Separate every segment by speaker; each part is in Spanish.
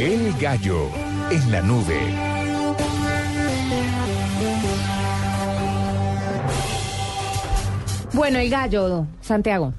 Speaker 1: El gallo en la nube.
Speaker 2: Bueno, el gallo, don Santiago.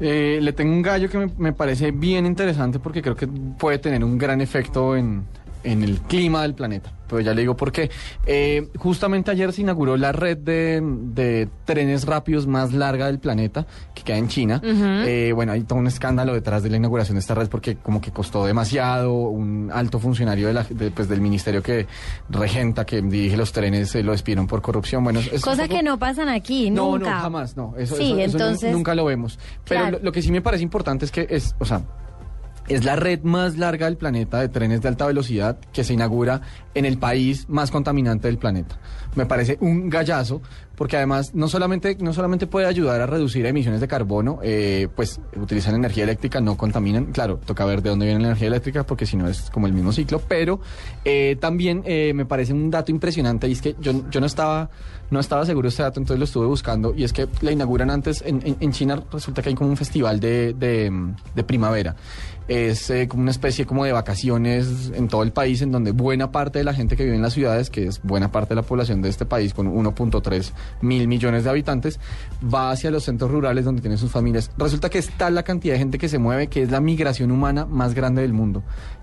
Speaker 3: Eh, le tengo un gallo que me, me parece bien interesante porque creo que puede tener un gran efecto en, en el clima del planeta. Pero ya le digo por qué. Eh, justamente ayer se inauguró la red de, de trenes rápidos más larga del planeta, que queda en China. Eh, bueno, hay todo un escándalo detrás de la inauguración de esta red porque como que costó demasiado. Un alto funcionario de la- de, pues, del ministerio que regenta, que dirige los trenes, eh, lo despidieron por corrupción. Bueno, es- es un
Speaker 4: Cosas
Speaker 3: poco-
Speaker 4: que no pasan aquí,
Speaker 3: no,
Speaker 4: nunca.
Speaker 3: no, jamás, no. Eso,
Speaker 4: Sí,
Speaker 3: eso- eso nu-
Speaker 4: entonces-
Speaker 3: nunca lo vemos. Pero
Speaker 4: Claro.
Speaker 3: lo, lo que sí me parece importante es que es, o sea, es la red más larga del planeta de trenes de alta velocidad que se inaugura en el país más contaminante del planeta. Me parece un gallazo porque además no solamente no solamente puede ayudar a reducir emisiones de carbono, eh, pues utilizan energía eléctrica, no contaminan. Claro, toca ver de dónde viene la energía eléctrica porque si no es como el mismo ciclo. Pero eh, también eh, me parece un dato impresionante y es que yo, yo no estaba no estaba seguro de este dato, entonces lo estuve buscando y es que la inauguran antes en, en- en China resulta que hay como un festival de, de, mm, de primavera es eh, como una especie como de vacaciones en todo el país en donde buena parte de la gente que vive en las ciudades, que es buena parte de la población de este país con 1.3 mil millones de habitantes, va hacia los centros rurales donde tienen sus familias. Resulta que es tal la cantidad de gente que se mueve que es la migración humana más grande del mundo.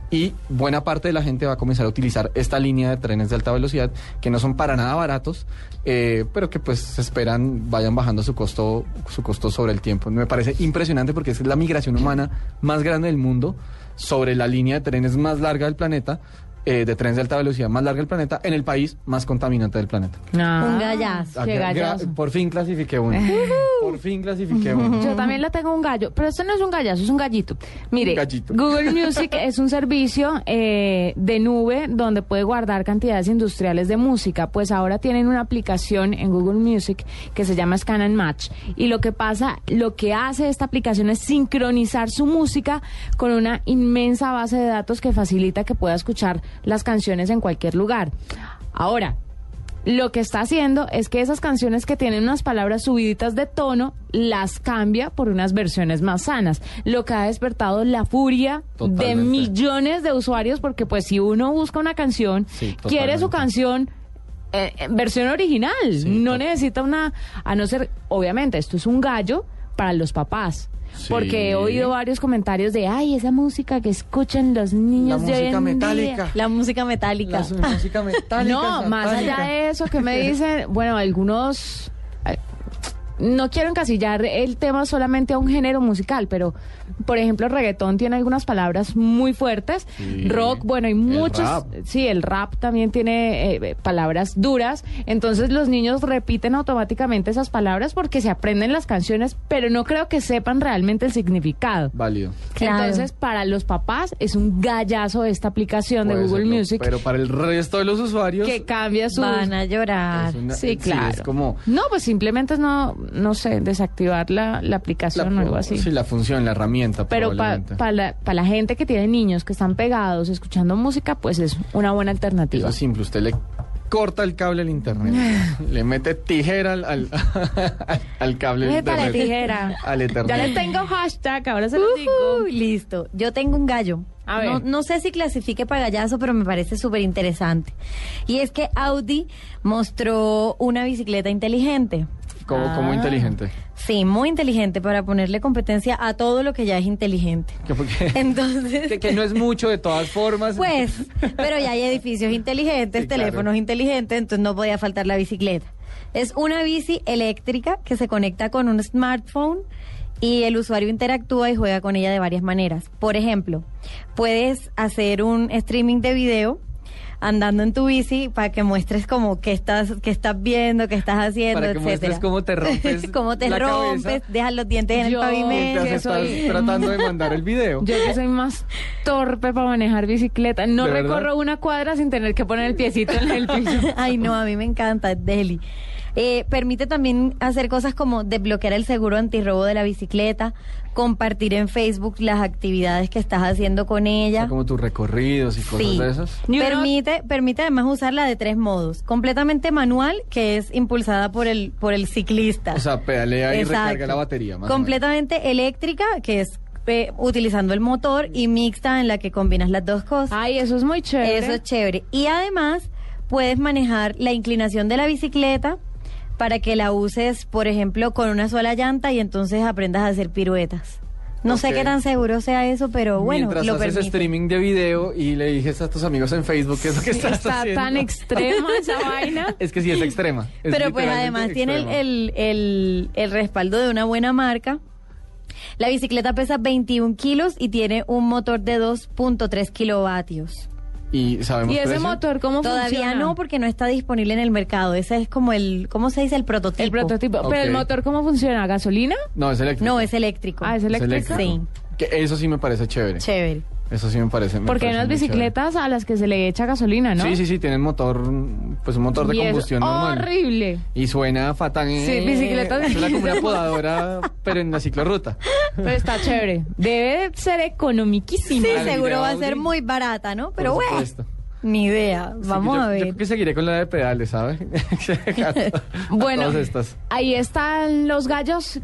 Speaker 3: Y buena parte de la gente va a comenzar a utilizar esta línea de trenes de alta velocidad que no son para nada baratos, eh, pero que pues se esperan vayan bajando su costo, su costo sobre el tiempo. Me parece impresionante porque es la migración humana más grande del mundo sobre la línea de trenes más larga del planeta, eh, de trenes de alta velocidad más larga del planeta, en el país más contaminante del planeta.
Speaker 2: Ah.
Speaker 3: Ah,
Speaker 4: Un gallazo.
Speaker 2: Qué
Speaker 3: Gra-
Speaker 2: gallazo.
Speaker 3: por fin clasifiqué uno. Por fin clasifiqué uno.
Speaker 2: Yo también le tengo un gallo, pero esto no es un gallazo, es un gallito. Mire,
Speaker 3: Un gallito.
Speaker 2: Google Music es un servicio eh, de nube donde puede guardar cantidades industriales de música. Pues ahora tienen una aplicación en Google Music que se llama Scan and Match. Y lo que pasa, lo que hace esta aplicación es sincronizar su música con una inmensa base de datos que facilita que pueda escuchar las canciones en cualquier lugar. Ahora, lo que está haciendo es que esas canciones que tienen unas palabras subiditas de tono las cambia por unas versiones más sanas, lo que ha despertado la furia de
Speaker 3: Totalmente.
Speaker 2: millones de usuarios porque pues si uno busca una canción,
Speaker 3: Sí,
Speaker 2: quiere su
Speaker 3: totalmente.
Speaker 2: canción eh, en versión original,
Speaker 3: Sí,
Speaker 2: no
Speaker 3: to-
Speaker 2: necesita una a no ser obviamente, esto es un gallo para los papás.
Speaker 3: Sí.
Speaker 2: Porque he oído varios comentarios de, ay, esa música que escuchan los niños de hoy
Speaker 3: música
Speaker 2: en día".
Speaker 3: metálica.
Speaker 4: La música metálica.
Speaker 3: La música metálica,
Speaker 2: No, más
Speaker 3: satánica.
Speaker 2: allá de eso que me dicen, bueno, algunos... eh, No quiero encasillar el tema solamente a un género musical, pero por ejemplo, reggaetón tiene algunas palabras muy fuertes.
Speaker 3: Sí.
Speaker 2: Rock, bueno, hay
Speaker 3: El
Speaker 2: muchos.
Speaker 3: rap.
Speaker 2: Sí, el rap también tiene eh, eh, palabras duras. Entonces, los niños repiten automáticamente esas palabras porque se aprenden las canciones, pero no creo que sepan realmente el significado.
Speaker 3: Válido.
Speaker 4: Claro.
Speaker 2: Entonces, para los papás es un gallazo esta aplicación
Speaker 3: Puede
Speaker 2: de Google
Speaker 3: serlo,
Speaker 2: Music
Speaker 3: Pero para el resto de los usuarios.
Speaker 2: que cambia su
Speaker 4: Van a llorar.
Speaker 3: Es una-
Speaker 2: sí, claro.
Speaker 3: es como
Speaker 2: No, pues simplemente es no, no sé, desactivar la, la aplicación o algo así.
Speaker 3: Sí, la función, la herramienta.
Speaker 2: Pero para
Speaker 3: probablemente.
Speaker 2: la, pa la gente que tiene niños que están pegados escuchando música, pues es una buena
Speaker 3: Eso
Speaker 2: alternativa.
Speaker 3: es simple, usted le corta el cable al internet, le mete tijera al, al, al cable de
Speaker 2: Métale
Speaker 3: red,
Speaker 2: tijera.
Speaker 3: al internet.
Speaker 2: Ya le tengo hashtag, ahora se lo
Speaker 4: Ujú,
Speaker 2: digo.
Speaker 4: listo. Yo tengo un gallo.
Speaker 2: A ver.
Speaker 4: No, no sé si clasifique para gallazo, pero me parece súper interesante. Y es que Audi mostró una bicicleta inteligente.
Speaker 3: como, como
Speaker 2: Ah.
Speaker 3: inteligente.
Speaker 4: Sí, muy inteligente para ponerle competencia a todo lo que ya es inteligente.
Speaker 3: Que, porque-
Speaker 4: Entonces.
Speaker 3: que- que no es mucho de todas formas.
Speaker 4: Pues, pero ya hay edificios inteligentes,
Speaker 3: Sí, claro.
Speaker 4: teléfonos inteligentes, entonces no podía faltar la bicicleta. Es una bici eléctrica que se conecta con un smartphone y el usuario interactúa y juega con ella de varias maneras. Por ejemplo, puedes hacer un streaming de video andando en tu bici para que muestres como qué estás qué estás viendo, qué estás haciendo,
Speaker 3: Para que
Speaker 4: etcétera.
Speaker 3: muestres cómo te rompes
Speaker 4: Cómo te
Speaker 3: la
Speaker 4: rompes,
Speaker 3: cabeza.
Speaker 4: dejas los dientes en
Speaker 2: Yo-
Speaker 4: el
Speaker 3: Mientras
Speaker 4: pavimento.
Speaker 2: que
Speaker 3: estás
Speaker 2: soy-
Speaker 3: tratando de mandar el video.
Speaker 2: Yo que soy más torpe para manejar bicicleta, no
Speaker 3: ¿De
Speaker 2: recorro
Speaker 3: verdad?
Speaker 2: una cuadra sin tener que poner el piecito en el piso.
Speaker 4: Ay, no, a mí me encanta, es Deli. Eh, permite también hacer cosas como desbloquear el seguro antirrobo de la bicicleta, compartir en Facebook las actividades que estás haciendo con
Speaker 3: O sea,
Speaker 4: ella.
Speaker 3: como tus recorridos y cosas
Speaker 4: Sí.
Speaker 3: de esas.
Speaker 2: Ni uno-
Speaker 4: Permite, permite además usarla de tres modos. Completamente manual, que es impulsada por el, por el ciclista.
Speaker 3: O sea, pedalea y
Speaker 4: Exacto.
Speaker 3: recarga la batería. Más o menos.
Speaker 4: Completamente eléctrica, que es eh, utilizando el motor y mixta en la que combinas las dos cosas.
Speaker 2: Ay, eso es muy chévere.
Speaker 4: Eso es chévere. Y además puedes manejar la inclinación de la bicicleta para que la uses, por ejemplo, con una sola llanta y entonces aprendas a hacer piruetas. No sé
Speaker 3: Ok.
Speaker 4: qué tan seguro sea eso, pero bueno,
Speaker 3: Mientras
Speaker 4: lo
Speaker 3: haces
Speaker 4: permite.
Speaker 3: streaming de video y le dices a tus amigos en Facebook que es lo que estás
Speaker 2: Está
Speaker 3: haciendo.
Speaker 2: tan extrema esa vaina.
Speaker 3: Es que sí, es extrema. es
Speaker 4: Pero pues
Speaker 3: literalmente
Speaker 4: además tiene el,
Speaker 3: extrema.
Speaker 4: el- el- el respaldo de una buena marca. La bicicleta pesa 21 kilos y tiene un motor de 2.3 kilovatios.
Speaker 3: ¿Y sabemos
Speaker 2: ¿Y ese
Speaker 3: precio?
Speaker 2: motor cómo
Speaker 4: Todavía
Speaker 2: funciona?
Speaker 4: no porque no está disponible en el mercado. Ese es como el, ¿cómo se dice? El prototipo.
Speaker 2: El prototipo.
Speaker 3: Ok.
Speaker 2: ¿Pero el motor cómo funciona? ¿Gasolina?
Speaker 3: No, es eléctrico.
Speaker 4: No, es eléctrico.
Speaker 2: Ah, es
Speaker 3: Es
Speaker 2: eléctrico.
Speaker 4: eléctrico.
Speaker 3: Que eso sí me parece chévere.
Speaker 4: Chévere.
Speaker 3: Eso sí me parece. me
Speaker 2: Porque hay
Speaker 3: parece
Speaker 2: unas
Speaker 3: muy
Speaker 2: bicicletas a las que se le echa gasolina,
Speaker 3: chévere.
Speaker 2: ¿no?
Speaker 3: Sí, sí, sí, tienen motor, pues un motor de
Speaker 2: Y es
Speaker 3: combustión normal.
Speaker 2: horrible.
Speaker 3: Y suena fatal. eh,
Speaker 2: Sí, bicicleta de-
Speaker 3: Suena como una podadora, pero en la ciclorruta.
Speaker 2: Pero está chévere. Debe ser
Speaker 4: Sí,
Speaker 2: economiquísima.
Speaker 3: Claro,
Speaker 4: seguro
Speaker 3: y
Speaker 4: va a
Speaker 3: Audi.
Speaker 4: ser muy barata, ¿no? Pero
Speaker 3: Por
Speaker 4: bueno,
Speaker 3: supuesto.
Speaker 4: ni idea.
Speaker 3: Sí,
Speaker 4: Vamos
Speaker 3: yo-
Speaker 4: a
Speaker 3: Yo
Speaker 4: ver.
Speaker 3: creo que seguiré con la de pedales, ¿sabes?
Speaker 2: Bueno,
Speaker 3: Todas estas.
Speaker 2: ahí están los gallos